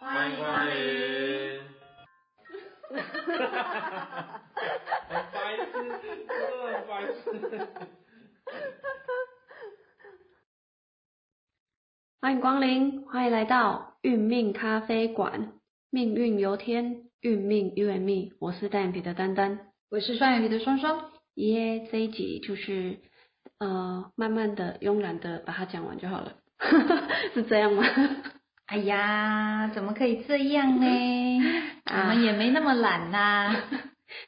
欢迎光临。很白痴，真的很白痴。欢迎光临，欢迎来到运命咖啡馆。命运由天，运命由命。我是单眼皮的丹丹。我是双眼皮的双双。耶、这一集就是呃，慢慢的、慵懒的把它讲完就好了， 是这样吗？哎呀，怎么可以这样呢？ 我啊们也没那么懒呐、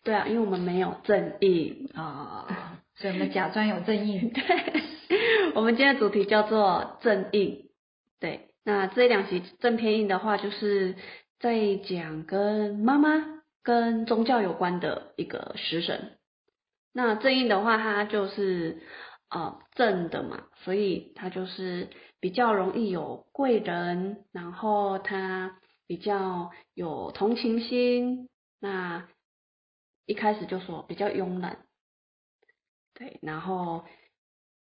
对啊，因为我们没有正义啊。哦所以我们假装有正义。 我们今天的主题叫做正印，对，那这两集正片印的话，就是在讲跟妈妈跟宗教有关的一个食神。那正印的话，它就是呃正的嘛，所以它就是比较容易有贵人，然后它比较有同情心。那一开始就说比较慵懒，对，然后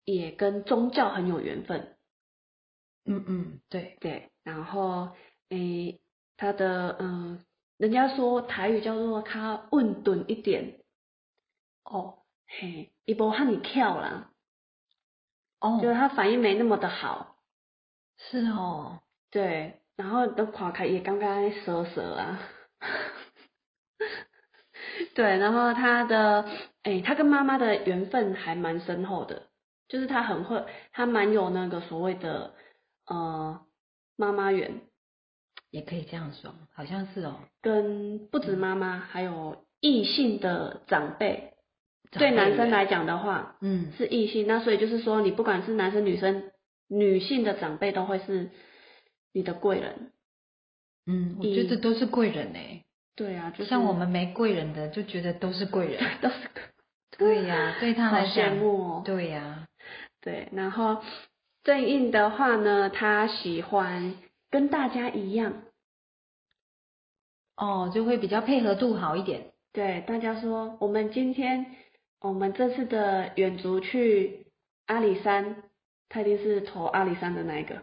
也跟宗教很有缘分，嗯嗯，对，对，然后诶，他的嗯，人家说台语叫做他混沌一点，哦，嘿，一波和你跳啦，哦就是他反应没那么的好，是哦，对，然后都垮开也刚刚蛇蛇啊， 对，然后他的诶，他跟妈妈的缘分还蛮深厚的，就是他很会，他蛮有那个所谓的呃妈妈缘。也可以这样说，好像是哦。跟不止嗯妈妈，还有异性的长辈，长对辈男生缘来讲的话嗯，是异性，那所以就是说，你不管是男生女生，女性的长辈都会是你的贵人。嗯，我以觉得都是贵人呢、对啊，就就是像我们没贵人的，就觉得 都是贵人。都是贵对呀、对他好来羡讲，慕哦。对呀、对，然后正印的话呢，他喜欢跟大家一样，哦，就会比较配合度好一点。对大家说，我们今天我们这次的远足去阿里山，他一定是投阿里山的那一个。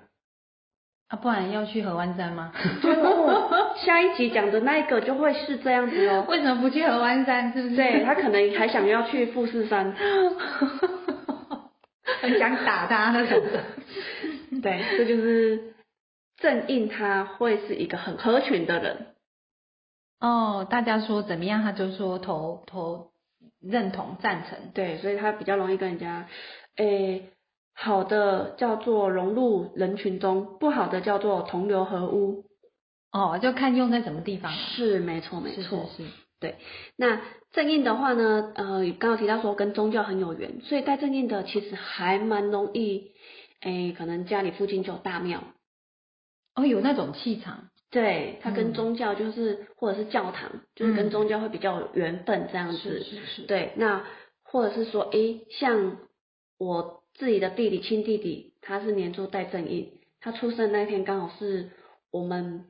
啊，不然要去合湾山吗？哦下一集讲的那一个就会是这样子哦。为什么不去合湾山？是不是？ 对他可能还想要去富士 山，很想打他那种的。对，这就是正印他会是一个很合群的人， 哦，大家说怎么样，他就说投投认同赞成。对，所以他比较容易跟人家，诶，好的叫做融入人群中，不好的叫做同流合污，哦，就看用在什么地方啊。是没错没是错。是是。那正印的话呢，呃，刚刚提到说跟宗教很有缘，所以带正印的其实还蛮容易，诶，可能家里附近就有大庙。哦，有那种气场。对，它嗯跟宗教就是、或者是教堂，就是跟嗯宗教会比较有缘分这样子。是是。对，那或者是说，诶，像我自己的弟弟亲弟弟，他是年柱带正印，他出生那一天刚好是我们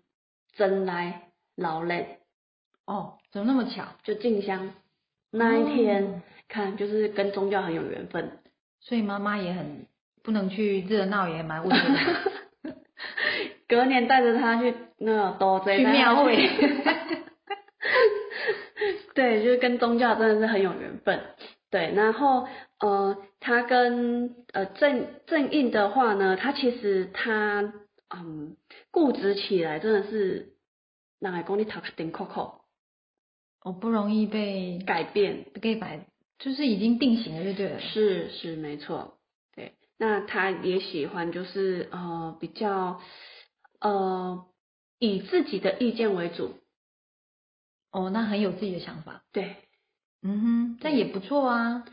真来老人哦，怎么那么巧？就进香那一天，哦看就是跟宗教很有缘分。所以妈妈也很不能去热闹，也蛮无聊 的。隔年带着他去那个多贼去庙会， 对，就是跟宗教真的是很有缘分。对，然后呃，他跟呃正正印的话呢，他其实他嗯固执起来真的是，哪来讲你头壳顶扣扣我哦不容易被改变，被摆，就是已经定型了，就对了。是是没错。对，那他也喜欢就是呃比较呃以自己的意见为主，哦，那很有自己的想法。对嗯哼，但也不错啊。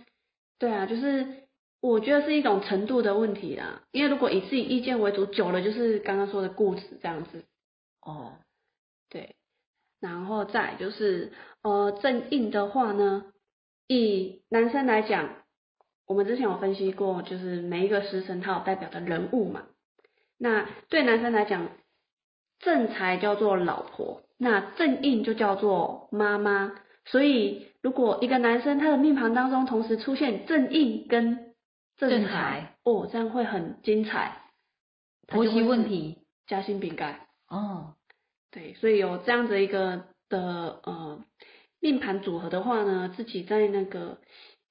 对啊，就是我觉得是一种程度的问题啦。因为如果以自己意见为主，久了就是刚刚说的固执这样子。哦，对，然后再来就是呃正印的话呢，以男生来讲，我们之前有分析过，就是每一个时辰它有代表的人物嘛。那对男生来讲，正财叫做老婆，那正印就叫做妈妈。所以，如果一个男生他的命盘当中同时出现正印跟正财，正财哦，这样会很精彩。婆媳问题，题。夹心饼干。哦，对，所以有这样子一个的呃命盘组合的话呢，自己在那个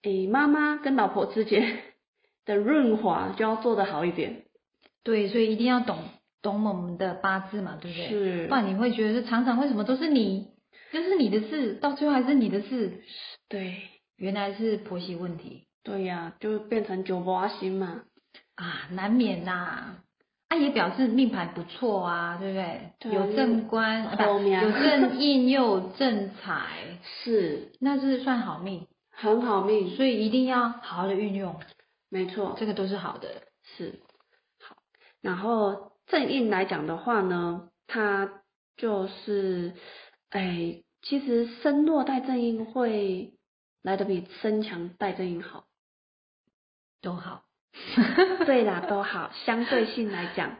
诶妈妈跟老婆之间 的润滑就要做得好一点，对，所以一定要懂懂我们的八字嘛，对不对？是不然你会觉得常常为什么都是你，就是你的事，到最后还是你的事，对原来是婆媳问题对呀、就变成九八星嘛，啊，难免啦。啊，也表示命盘不错啊，对不对？对啊有正官，啊好不命有正印又有正财，是那是算好命，很好命，所以一定要好好的运用，没错，这个都是好的。是，好，然后正印来讲的话呢，它就是，哎，其实身弱带正印会来的比身强带正印好。都好， 对啦，都好，相对性来讲，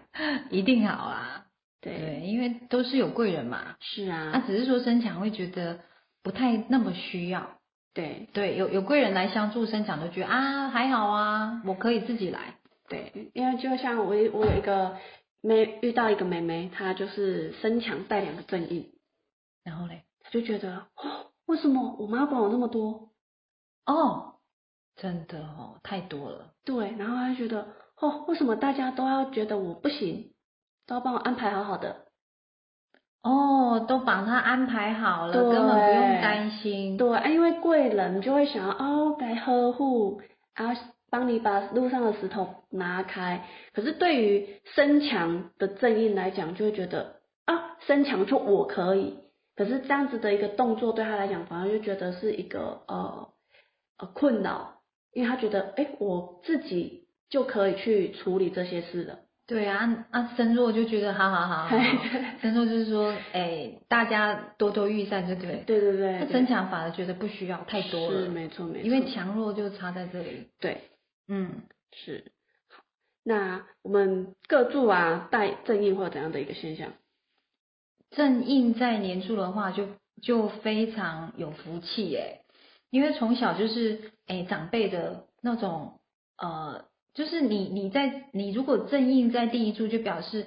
一定好啊。对，对，因为都是有贵人嘛。是那、啊，只是说生强会觉得不太那么需要。对对，有有贵人来相助，生强都觉得啊还好啊，我可以自己来。对，因为就像我我有一个妹遇到一个妹妹，她就是身强带两个正印，然后嘞，她就觉得，哦，为什么我妈管我那么多？哦，真的哦，太多了。对，然后他就觉得，哦，为什么大家都要觉得我不行，都要帮我安排好好的？哦，都把它安排好了，对根本不用担心。对啊，因为贵人就会想要哦来呵护，然后帮你把路上的石头拿开。可是对于身强的正印来讲，就会觉得啊，身强就我可以。可是这样子的一个动作对他来讲，反而就觉得是一个呃呃困扰，因为他觉得哎，我自己就可以去处理这些事了。对啊，啊，深弱就觉得好好好好对，深弱就是说，哎，大家多多益善，对不对？ 对对对，那对增强反而觉得不需要太多是了，没错没错，因为强弱就差在这里。对嗯，是好。那我们各柱啊带正印会有怎样的一个现象？正印在年柱的话就，就非常有福气耶，因为从小就是哎长辈的那种呃，就是你你在你如果正印在第一柱，就表示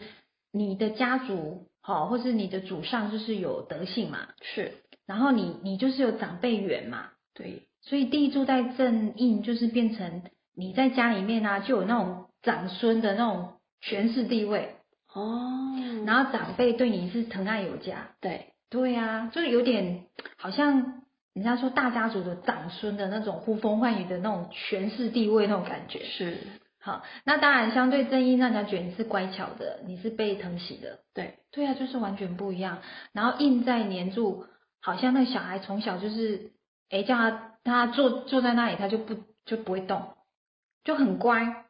你的家族好、或是你的祖上就是有德性嘛，是然后你你就是有长辈缘嘛，对所以第一柱带正印就是变成你在家里面啊就有那种长孙的那种权势地位，哦，后然后长辈对你是疼爱有加。对对呀、就是有点好像人家说大家族的长孙的那种呼风唤雨的那种权势地位那种感觉。是，好，那当然相对正义，让人家觉得你是乖巧的，你是被疼惜的。对对啊，就是完全不一样。然后印在黏住，好像那小孩从小就是，诶，叫他他坐坐在那里，他就不就不会动，就很乖。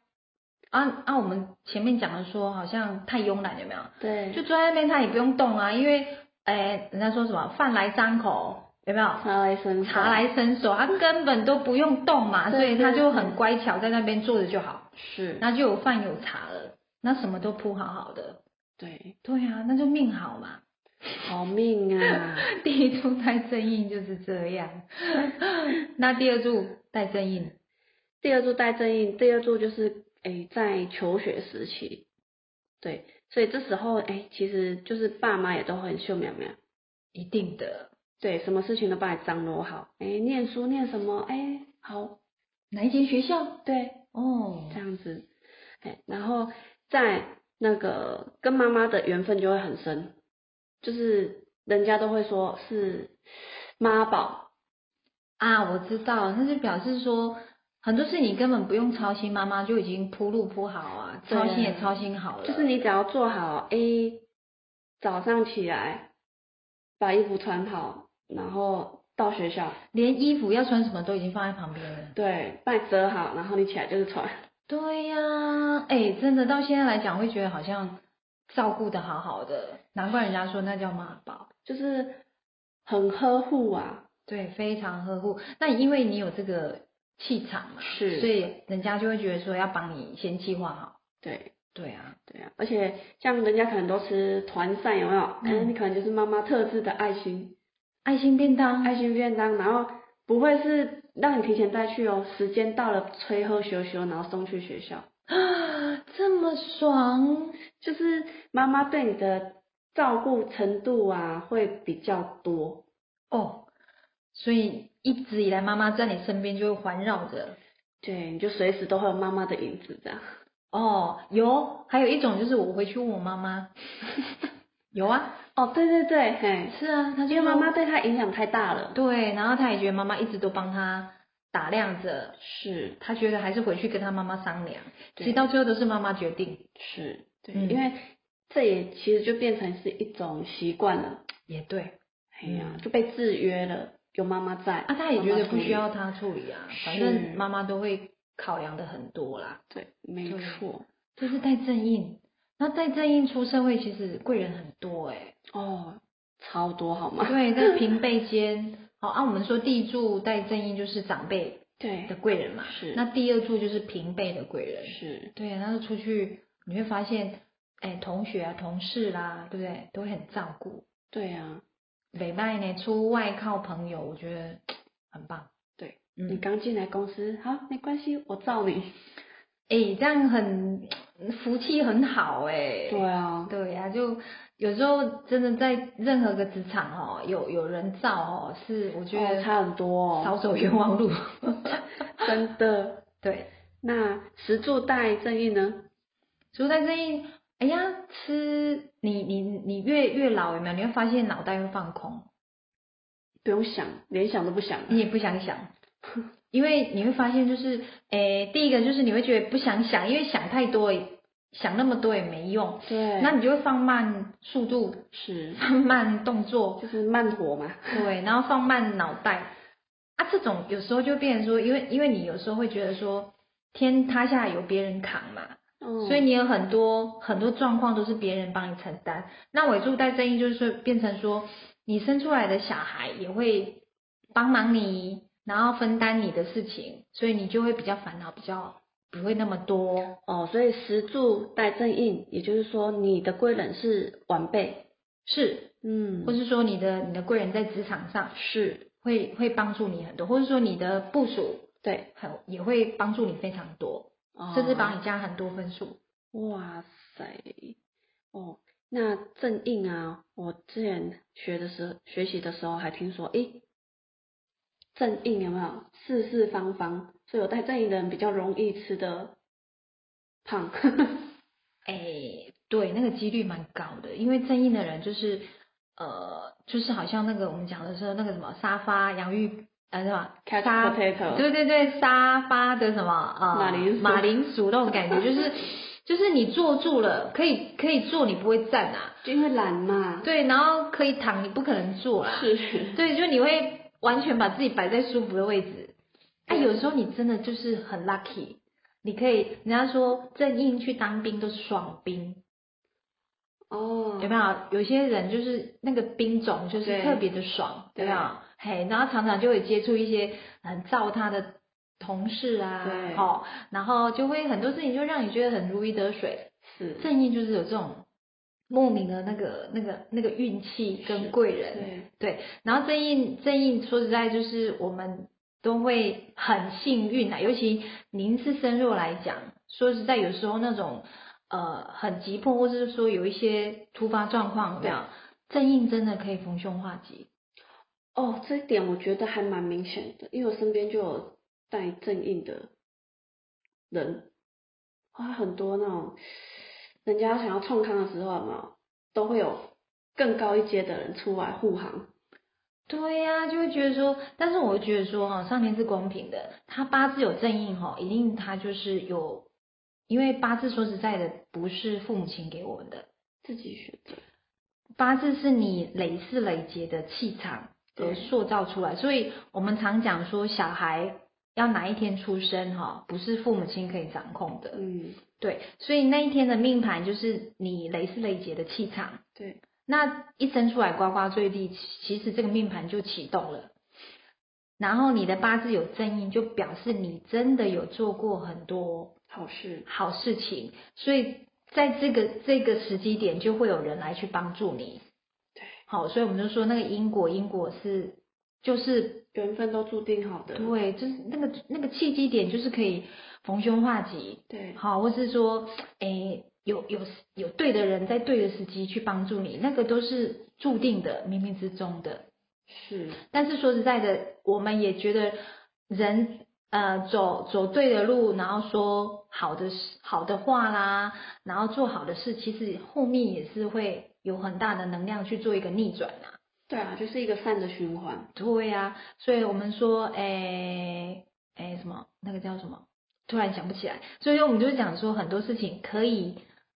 啊啊，我们前面讲的说好像太慵懒，有没有？对就坐在那边，他也不用动啊，因为，哎，人家说什么饭来张口，有没有？茶来伸手茶来伸手，他根本都不用动嘛，对所以对他就很乖巧，在那边坐着就好，是那就有饭有茶了，那什么都铺好好的。对对啊，那就命好嘛。 好命啊，第一柱带正印就是这样， 那第二柱带正印，第二柱带正印，第二柱就是诶在求学时期，对，所以这时候诶其实就是爸妈也都很秀苗苗。一定的。对，什么事情都帮你张罗好。哎，念书念什么？哎，好，哪一间学校？对，哦这，样子。哎，然后在那个跟妈妈的缘分就会很深，就是人家都会说是妈宝，啊，我知道，那就表示说很多事你根本不用操心，妈妈就已经铺路铺好啊，对操心也操心好了。就是你只要做好 A，早上起来把衣服穿好，然后到学校，连衣服要穿什么都已经放在旁边了。对，把你折好，然后你起来就是穿。对呀、哎、真的到现在来讲，会觉得好像照顾的好好的，难怪人家说那叫妈宝。就是很呵护啊，对，非常呵护。那因为你有这个气场嘛，是所以人家就会觉得说要帮你先计划好。对，对啊，对啊，而且像人家可能都吃团膳，有没有？嗯嗯，你可能就是妈妈特制的爱心爱心便当，爱心便当，然后不会是让你提前带去哦，时间到了吹喝咻咻，然后送去学校，啊，这么爽，就是妈妈对你的照顾程度啊会比较多。哦，所以一直以来妈妈在你身边就会环绕着。对，你就随时都会有妈妈的影子这样。哦，有，还有一种就是我回去问我妈妈， 有啊，哦，对对对，嘿，是啊，她因为就妈妈对他影响太大了。对，然后她也觉得妈妈一直都帮她打量着，是她觉得还是回去跟她妈妈商量，其实对到最后都是妈妈决定，是，对，嗯因为这也其实就变成是一种习惯了。也对哎呀、嗯就被制约了，有妈妈在啊，她也妈觉妈得不同需意要她处理啊，反是正妈妈都会考量的很多啦，对，没对错。这是戴正印，那戴正印出社会其实贵人很多哎、哦，超多好 吗？对，在平辈间，好啊，我们说第一柱戴正印就是长辈对的贵人嘛，是那第二柱就是平辈的贵人，是，对，然后出去你会发现，哎，同学啊、同事啦、对不对，都会很照顾。对啊。北拜呢，出外靠朋友，我觉得很棒。对，你嗯，刚进来公司，好，没关系，我罩你。哎，这样很福气很好哎、对啊，对呀、就有时候真的在任何个职场哦，有有人造哦，是我觉哦得差很多哦少走冤枉路。 真的。对，那石柱带正义呢？所以在这一，哎呀，吃你你你越越老有没有？你会发现脑袋会放空，不用想，连想都不想。你也不想 想，因为你会发现就是，哎，第一个就是你会觉得不想想，因为想太多也，想那么多也没用，对，那你就会放慢速度，是放慢动作，就是慢活嘛。对，然后放慢脑袋啊，这种有时候就变成说，因为因为你有时候会觉得说，天塌下来有别人扛嘛，嗯所以你有很多很多状况都是别人帮你承担。那尾柱带正义就是变成说，你生出来的小孩也会帮忙你，然后分担你的事情，所以你就会比较烦恼，比较不会那么多。哦，所以石柱带正印，也就是说你的贵人是晚辈，是，嗯，或是说你的你的贵人在职场上是，会会帮助你很多，或者说你的部署对，很也会帮助你非常多，哦甚至帮帮你加很多分数。哇塞，哦，那正印啊，我之前学的时候学习的时候还听说，诶，正印有没有四四方方？所以有带正印的人比较容易吃的胖， 哎、对，那个几率蛮高的，因为正印的人就是呃，就是好像那个我们讲的是那个什么沙发洋芋。呃，什么 Couch 沙 potato 对对对，沙发的什么呃，马铃薯马铃薯那种感觉， 就是就是你坐住了，可以可以坐，你不会站啊，就因为懒嘛，对，然后可以躺，你不可能坐啊啦，是，对，就你会完全把自己摆在舒服的位置。哎、有时候你真的就是很 lucky，你可以，人家说正印去当兵都是爽兵，哦，有没有？有些人就是那个兵种就是对特别的爽，有对没有？嘿，然后常常就会接触一些很造他的同事啊，对哦，然后就会很多事情就让你觉得很如鱼得水。是，正印就是有这种莫名的那个、那个、那个运气跟贵人，对，对，然后正印正印说实在就是我们都会很幸运啊，尤其您是深入来讲，说实在有时候那种呃很急迫，或是说有一些突发状况，有没有？正印真的可以逢凶化吉，哦，这一点我觉得还蛮明显的，因为我身边就有带正印的人，啊，很多那种人家想要创康的时候，有没有都会有更高一阶的人出来护航。对呀、就会觉得说，但是我会觉得说哈、上天是公平的，他八字有正印哈、一定他就是有，因为八字说实在的不是父母亲给我们的，自己选择，八字是你累世累积的气场而对塑造出来，所以我们常讲说，小孩要哪一天出生哈，不是父母亲可以掌控的，嗯，对，所以那一天的命盘就是你累世累积的气场，对，那一生出来呱呱坠地，其其实这个命盘就启动了。然后你的八字有正印，就表示你真的有做过很多好事，好事情，所以在这个这个时机点，就会有人来去帮助你。对，好，所以我们就说那个因果，因果是就是缘分都注定好的，对，就是那个那个契机点，就是可以逢凶化吉。对，好，或是说，诶，有有有对的人在对的时机去帮助你，那个都是注定的，冥冥之中的。是但是说实在的，我们也觉得人呃走走对的路，然后说好的事好的话啦，然后做好的事，其实后面也是会有很大的能量去做一个逆转啊。对啊，就是一个善的循环。对呀、所以我们说，诶诶，什么那个叫什么？突然想不起来。所以我们就讲说，很多事情可以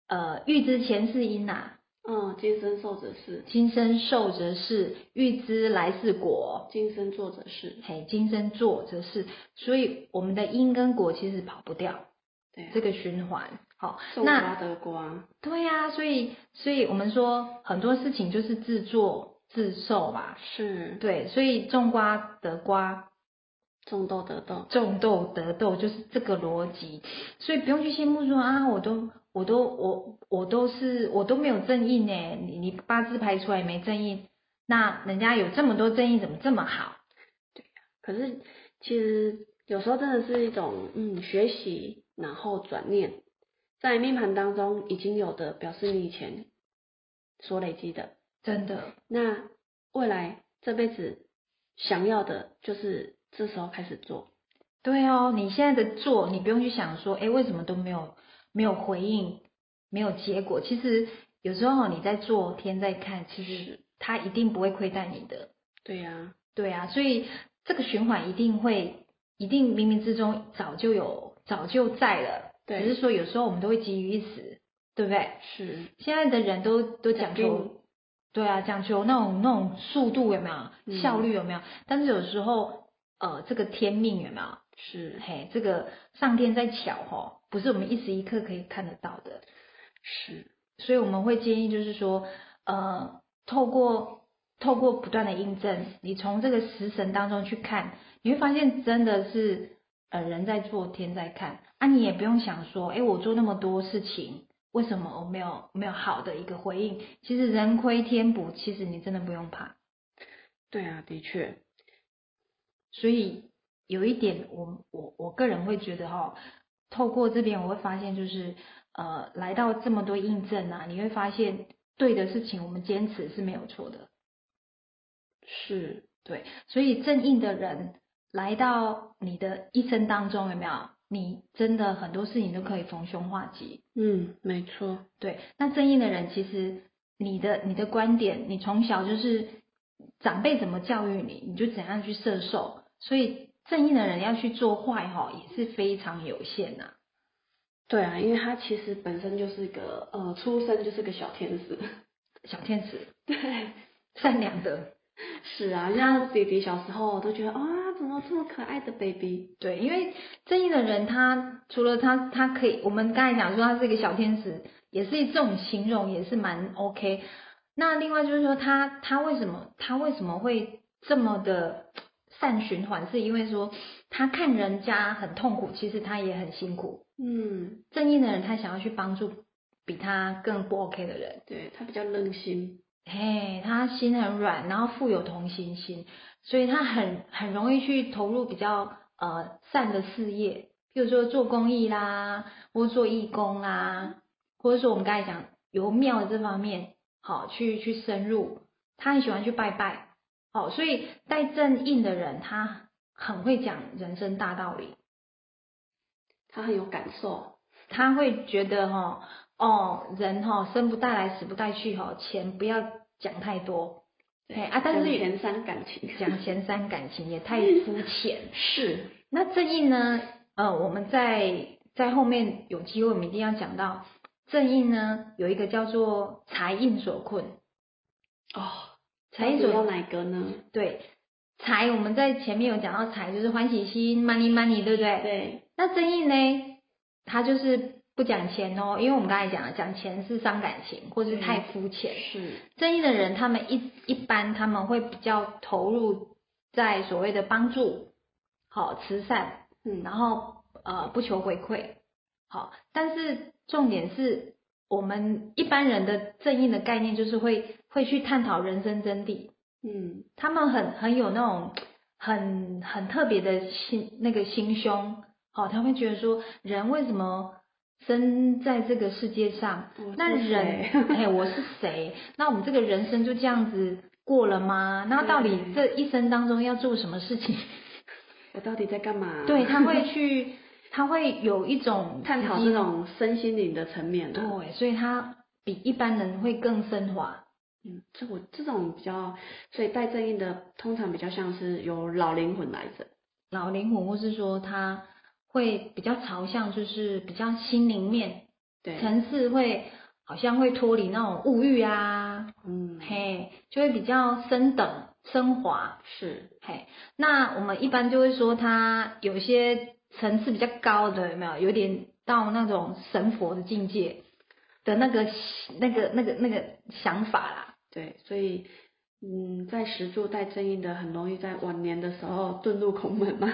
呃预知前世因呐、嗯，今生受者是，今生受则是，预知来世果。今生做者是。嘿，今生做则是，所以我们的因跟果其实跑不掉对、啊，这个循环。好，种那瓜得瓜。对呀、所以所以我们说很多事情就是自作自受嘛。是，对，所以种瓜得瓜，种豆得豆。种豆得豆，就是这个逻辑。所以不用去羡慕说啊，我都我都我我都是我都没有正印呢，你你八字排出来没正印，那人家有这么多正印，怎么这么好？可是其实有时候真的是一种嗯学习，然后转念，在命盘当中已经有的，表示你以前所累积的，真的，那未来这辈子想要的就是这时候开始做。对哦，你现在的做，你不用去想说，哎，为什么都没有没有回应，没有结果。其实有时候你在做，天在看，其实它一定不会亏待你的。对呀、对啊，所以这个循环一定会，一定冥冥之中早就有，早就在了。对只是说有时候我们都会急于一时，对不对？是现在的人都都讲讲究究，对啊，讲究那种那种速度有没有？嗯效率有没有？但是有时候，呃，这个天命有没有？是嘿，这个上天在巧哦，不是我们一时一刻可以看得到的。是，所以我们会建议就是说，呃，透过透过不断的印证，你从这个食神当中去看，你会发现真的是呃人在做天在看啊，你也不用想说，哎，我做那么多事情，为什么我没有没有好的一个回应？其实人亏天补，其实你真的不用怕。对啊，的确所以有一点我，我我个人会觉得哈、透过这边我会发现，就是呃，来到这么多印证啊，你会发现对的事情我们坚持是没有错的。是，对，所以正印的人来到你的一生当中，有没有？你真的很多事情都可以逢凶化吉。嗯，没错，对，那正义的人，其实你的你的观点，你从小就是长辈怎么教育你，你就怎样去摄受。所以正义的人要去做坏哈、也是非常有限呐、对啊，因为他其实本身就是个呃，出生就是个小天使， 小天使，对，善良的，是啊，像弟弟小时候我都觉得啊，怎么这么可爱的 baby，对，因为正义的人他除了他他可以，我们刚才讲说他是一个小天使，也是这种形容也是蛮 OK。那另外就是说他他为什么他为什么会这么的善循环，是因为说他看人家很痛苦，其实他也很辛苦。嗯，正义的人他想要去帮助比他更不 OK 的人，对他比较任性，嘿，他心很软，然后富有同情心，所以他很很容易去投入比较呃善的事业，譬如说做公益啦，或做义工啦，或者说我们刚才讲由庙的这方面，好去去深入，他很喜欢去拜拜，好，所以带正印的人，他很会讲人生大道理，他很有感受，他会觉得哈、哦，人哈、生不带来死不带去哈、钱不要讲太多。对嘿啊但是讲前三感情讲前三感情也太肤浅。是，那正印呢？呃，我们在在后面有机会，我们一定要讲到正印呢，有一个叫做财印所困。哦，财印主要所哪一个呢？对财，我们在前面有讲到财就是欢喜心，money money，对不对？。对，那正印呢，它就是不讲钱哦，因为我们刚才讲了，讲钱是伤感情，或是太肤浅。是，正义的人，他们一一般他们会比较投入在所谓的帮助、好慈善，嗯，然后呃不求回馈，好。但是重点是我们一般人的正义的概念就是会会去探讨人生真谛，嗯，他们很很有那种很很特别的心那个心胸，好、他会觉得说人为什么生在这个世界上我是，那人哎，我是谁？那我们这个人生就这样子过了吗？那到底这一生当中要做什么事情？ 我到底在干嘛？对， 他会去，他会有一种探讨自这己种身心灵的层面啊。对，所以他比一般人会更升华。嗯，这我这种比较，所以带正印的通常比较像是有老灵魂来着。老灵魂，或是说他会比较朝向就是比较心灵面对，层次会。好像会脱离那种物欲啊，嗯，嘿，就会比较升等升华。是，嘿，那我们一般就会说它有一些层次比较高的，有没有？有点到那种神佛的境界的那个那个那个那个想法啦。对，所以嗯，在十柱带正印的很容易在晚年的时候遁入孔门嘛。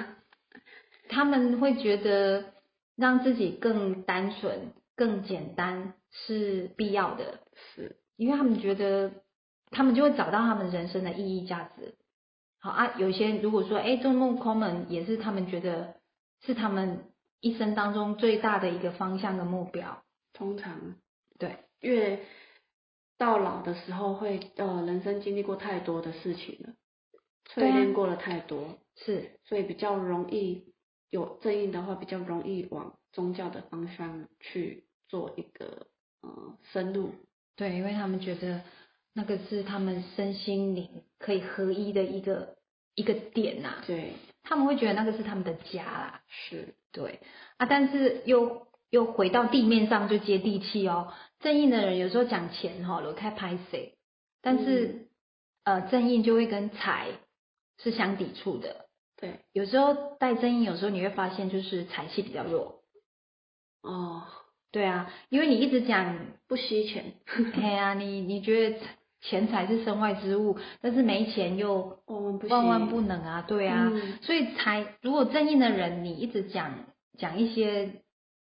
他们会觉得让自己更单纯、更简单是必要的， 是，因为他们觉得他们就会找到他们人生的意义价值。好啊，有些如果说哎，做梦空门也是他们觉得是他们一生当中最大的一个方向跟目标。通常对，越到老的时候会呃，人生经历过太多的事情了，对啊淬炼过了太多，是所以比较容易有正印的话，比较容易往宗教的方向去做一个呃深入。对，因为他们觉得那个是他们身心灵可以合一的一个一个点呐、对，他们会觉得那个是他们的家啦。是，对啊，但是又又回到地面上就接地气哦。正印的人有时候讲钱哈、哦，开拍谁，但是、呃，正印就会跟财是相抵触的。对，有时候带正印，有时候你会发现就是财气比较弱。哦，对啊，因为你一直讲不惜钱， 哎呀，你你觉得钱财是身外之物，但是没钱又万万不行，万万不能啊，对啊，嗯所以财如果正印的人，你一直讲讲一些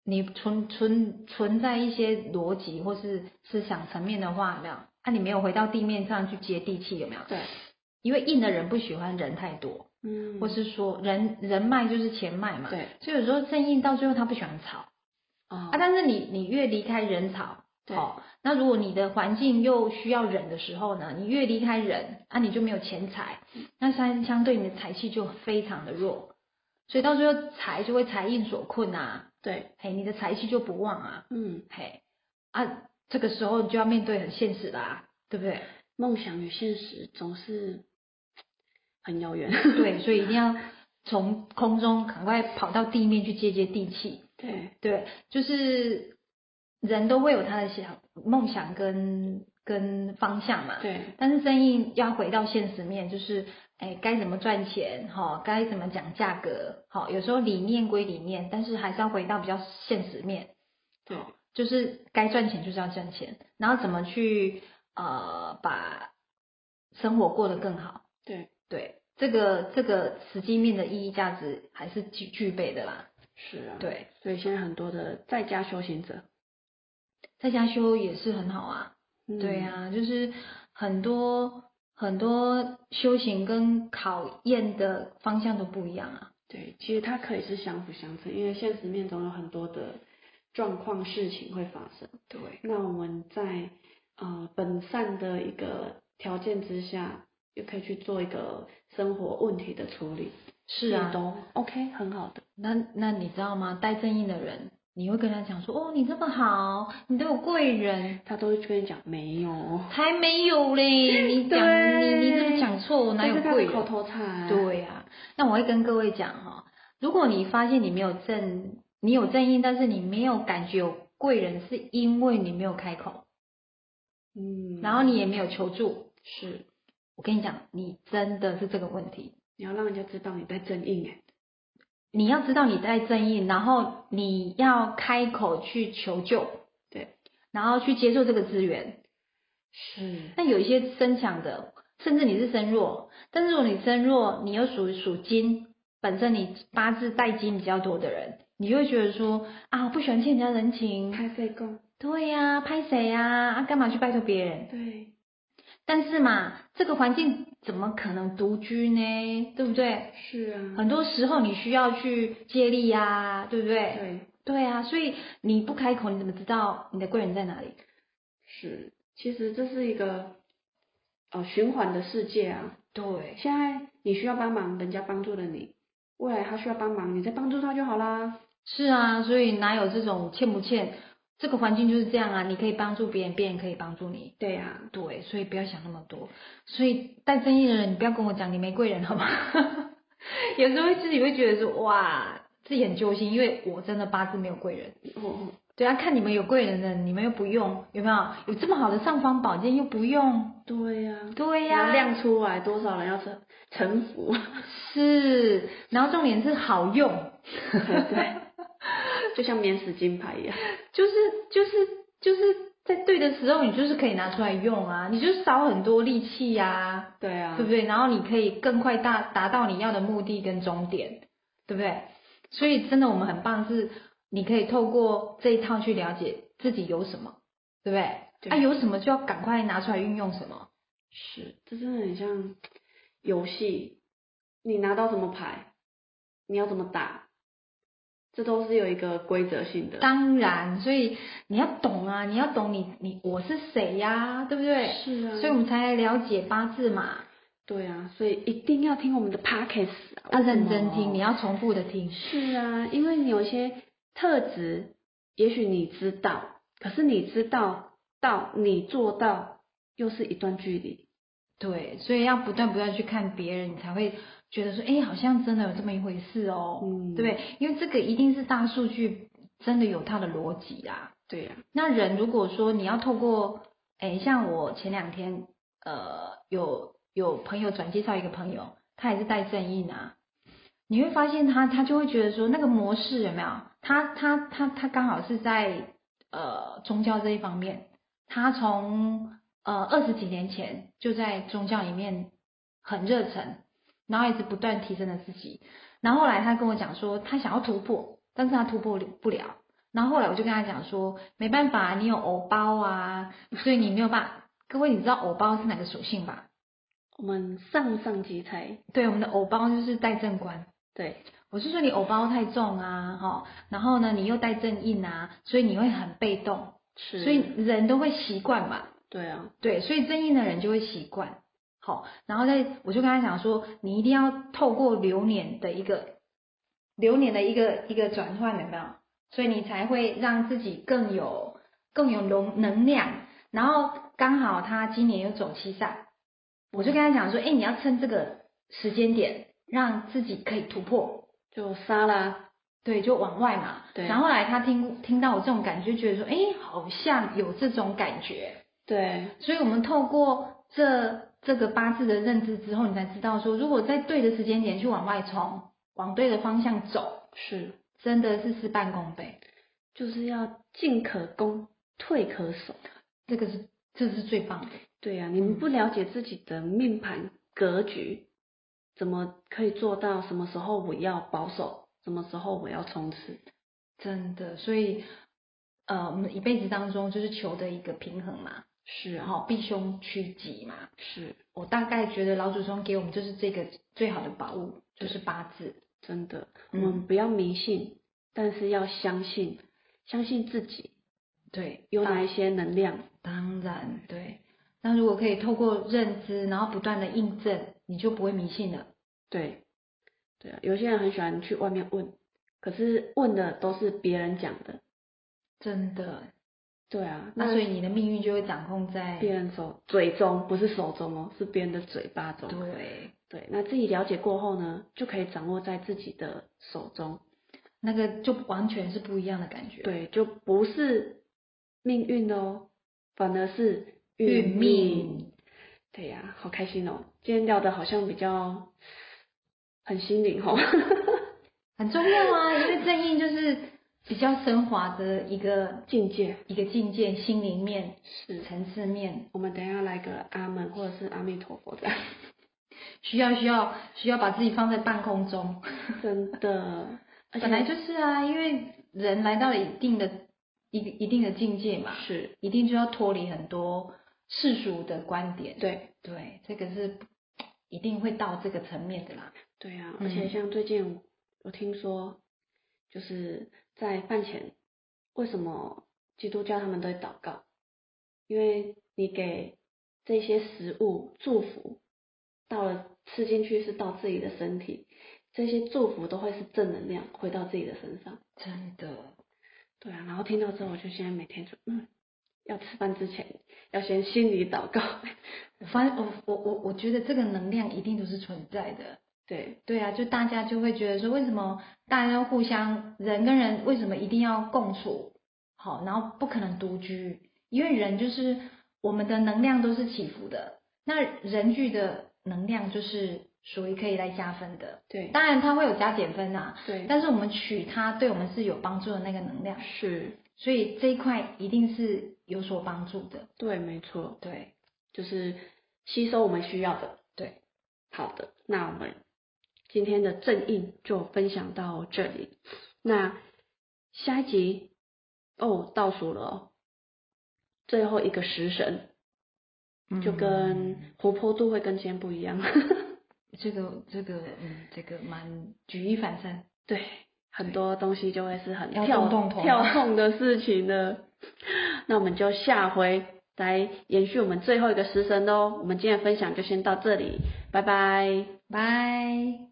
你存存存在一些逻辑或是思想层面的话，有没有？那、你没有回到地面上去接地气，有没有？对，因为硬的人不喜欢人太多，嗯，或是说人人脉就是钱脉嘛，对，所以有时候正印到最后他不喜欢吵。哦啊，，但是你你越离开人潮，对哦，那如果你的环境又需要人的时候呢，你越离开人，啊，你就没有钱财，那相相对你的财气就非常的弱，所以到最后财就会财印所困啊，对，嘿，你的财气就不旺啊，嗯，嘿，啊，这个时候你就要面对很现实啦、对不对？ 梦想与现实总是很遥远，对， 所以一定要从空中赶快跑到地面去接接地气，对，对，就是人都会有他的想梦想跟跟方向嘛。。对，但是生意要回到现实面，就是哎，该怎么赚钱，哈、该怎么讲价格，好、有时候理念归理念，但是还是要回到比较现实面，对，就是该赚钱就是要赚钱，然后怎么去呃把生活过得更好，对，对，这个这个实际面的意义价值还是具具备的啦，是啊，，对，所以现在很多的在家修行者，在家修也是很好啊，嗯对、呀、就是很多很多修行跟考验的方向都不一样啊。对，其实它可以是相辅相成，因为现实面总有很多的状况事情会发生。对，那我们在呃本善的一个条件之下，也可以去做一个生活问题的处理，是啊这。都 OK，很好的。那那你知道吗？带正印的人，你会跟他讲说：“哦，你这么好，你都有贵人。他都会跟你讲没 有”，才没有嘞！你讲你对你是不是讲错？我哪这有是他哦贵的口人？啊头禅。，对呀、那我会跟各位讲哈、如果你发现你没有正，你有正印，但是你没有感觉有贵人，是因为你没有开口，嗯，然后你也没有求助，是我跟你讲，你真的是这个问题。你要让人家知道你在正印哎，你要知道你在正义，然后你要开口去求救，对，然后去接受这个资源。是那有一些身强的，甚至你是身弱，但是如果你身弱，你又属属金，本身你八字带金比较多的人，你就会觉得说啊，不喜欢欠人家人情，开费够，对呀、拍谁呀、啊，干嘛去拜托别人？对，但是嘛，这个环境怎么可能独居呢？对不对？是啊，啊很多时候你需要去借力呀、对不对？对，对啊，所以你不开口，你怎么知道你的贵人在哪里？是，其实这是一个呃循环的世界啊。对，现在你需要帮忙，人家帮助了你；未来他需要帮忙，你再帮助他就好啦。是啊，所以哪有这种欠不欠？这个环境就是这样啊，你可以帮助别人，别人可以帮助你。对啊呀、对，所以不要想那么多。所以带正义的人，你不要跟我讲你没贵人，好吗？ 有时候自己会觉得说，哇，自己很揪心，因为我真的八字没有贵人。哦，对啊，看你们有贵人的，你们又不用，有没有？有这么好的尚方宝剑又不用？对呀、对你呀、要亮出来，多少人要臣臣服？是，然后重点是好用，对， 就像免死金牌一样。就是就是就是在对的时候，你就是可以拿出来用啊，你就少很多力气呀、对啊对，不对？然后你可以更快达达到你要的目的跟终点，对不对？所以真的我们很棒，是你可以透过这一套去了解自己有什么，对不对？对啊，有什么就要赶快拿出来运用什么。是，这真的很像游戏，你拿到什么牌，你要怎么打，这都是有一个规则性的。当然，所以你要懂啊，你要懂你你我是谁呀、对不对？是啊，所以我们才来了解八字嘛，对啊，所以一定要听我们的 podcast 啊，要为什认么真听，你要重复的听。是啊，因为你有些特质，也许你知道，可是你知道到你做到，又是一段距离。嗯对，所以要不断不断去看别人，你才会觉得说，哎，好像真的有这么一回事哦，嗯对不对？因为这个一定是大数据真的有它的逻辑啊。对呀、那人如果说你要透过，哎，像我前两天呃有有朋友转介绍一个朋友，他也是带正印啊，你会发现他他就会觉得说那个模式有没有？他他他他刚好是在呃宗教这一方面，他从呃二十几年前就在宗教里面很热忱，然后一直不断提升了自己。然后后来他跟我讲说，他想要突破，但是他突破不了。然后后来我就跟他讲说，没办法，你有偶包啊，所以你没有办法。各位，你知道偶包是哪个属性吧？我们上上集才对，我们的偶包就是带正官。对，我是说你偶包太重啊，哈、然后呢，你又带正印啊，所以你会很被动，是，所以人都会习惯嘛。对啊，对，所以正印的人就会习惯。好，然后再我就跟他讲说，你一定要透过流年的一个流年的一个一个转换，有没有？所以你才会让自己更有更有能能量。然后刚好他今年又走七煞，我就跟他讲说，哎，你要趁这个时间点，让自己可以突破，就杀啦，对，就往外嘛。对然后后来他听听到我这种感觉，就觉得说，哎，好像有这种感觉。对，所以我们透过这这个八字的认知之后，你才知道说，如果在对的时间点去往外冲，往对的方向走，是，真的是事半功倍。就是要进可攻，退可守。这个是这是最棒的。对呀、嗯你们不了解自己的命盘格局，怎么可以做到什么时候我要保守，什么时候我要冲刺？真的，所以呃，我们一辈子当中就是求的一个平衡嘛，是啊然，后避凶趋吉嘛。是我大概觉得老祖宗给我们就是这个最好的宝物，就是八字。真的，我嗯们不要迷信，但是要相信，相信自己对，有哪一些能量。当然对。那如果可以透过认知，然后不断的印证，你就不会迷信了。对，对啊，有些人很喜欢去外面问，可是问的都是别人讲的。真的，对啊，那那所以你的命运就会掌控在别人手嘴中不是手中哦，是别人的嘴巴中。对对，那自己了解过后呢，就可以掌握在自己的手中。那个就完全是不一样的感觉。，对，就不是命运哦，反而是运命。对呀、好开心哦！今天聊的好像比较很心灵 哦。很重要啊，因为正印就是比较升华的一个境界一个境界，心灵面、是，层次面，我们等一下来个阿门或者是阿弥陀佛的， 需要需要需要把自己放在半空中。真的。而且本来就是啊，因为人来到了一定的一一定的境界嘛，是一定就要脱离很多世俗的观点。对对，这个是一定会到这个层面的啦。对啊，嗯而且像最近我听说，就是在饭前，为什么基督教他们都会祷告？因为你给这些食物祝福，到了吃进去是到自己的身体，这些祝福都会是正能量回到自己的身上。真的，对啊，然后听到之后，我就现在每天就嗯，要吃饭之前要先心里祷告。 我发现我我我我觉得这个能量一定都是存在的。对对啊，就大家就会觉得说，为什么大家要互相人跟人为什么一定要共处？好，然后不可能独居，因为人就是我们的能量都是起伏的，那人聚的能量就是属于可以来加分的，对当然它会有加减分啊，对，但是我们取它对我们是有帮助的那个能量，是所以这一块一定是有所帮助的。对，没错，对就是吸收我们需要的。对，好的，那我们今天的正印就分享到这里。那下一集哦，倒数了哦，最后一个食神就跟嗯活泼度会跟今天不一样。 这个这个嗯这个蛮举一反三。对，很多东西就会是很要跳动动头跳痛的事情了。那我们就下回来延续我哦们最后一个时神喽。我们今天的分享就先到这里，拜拜。拜。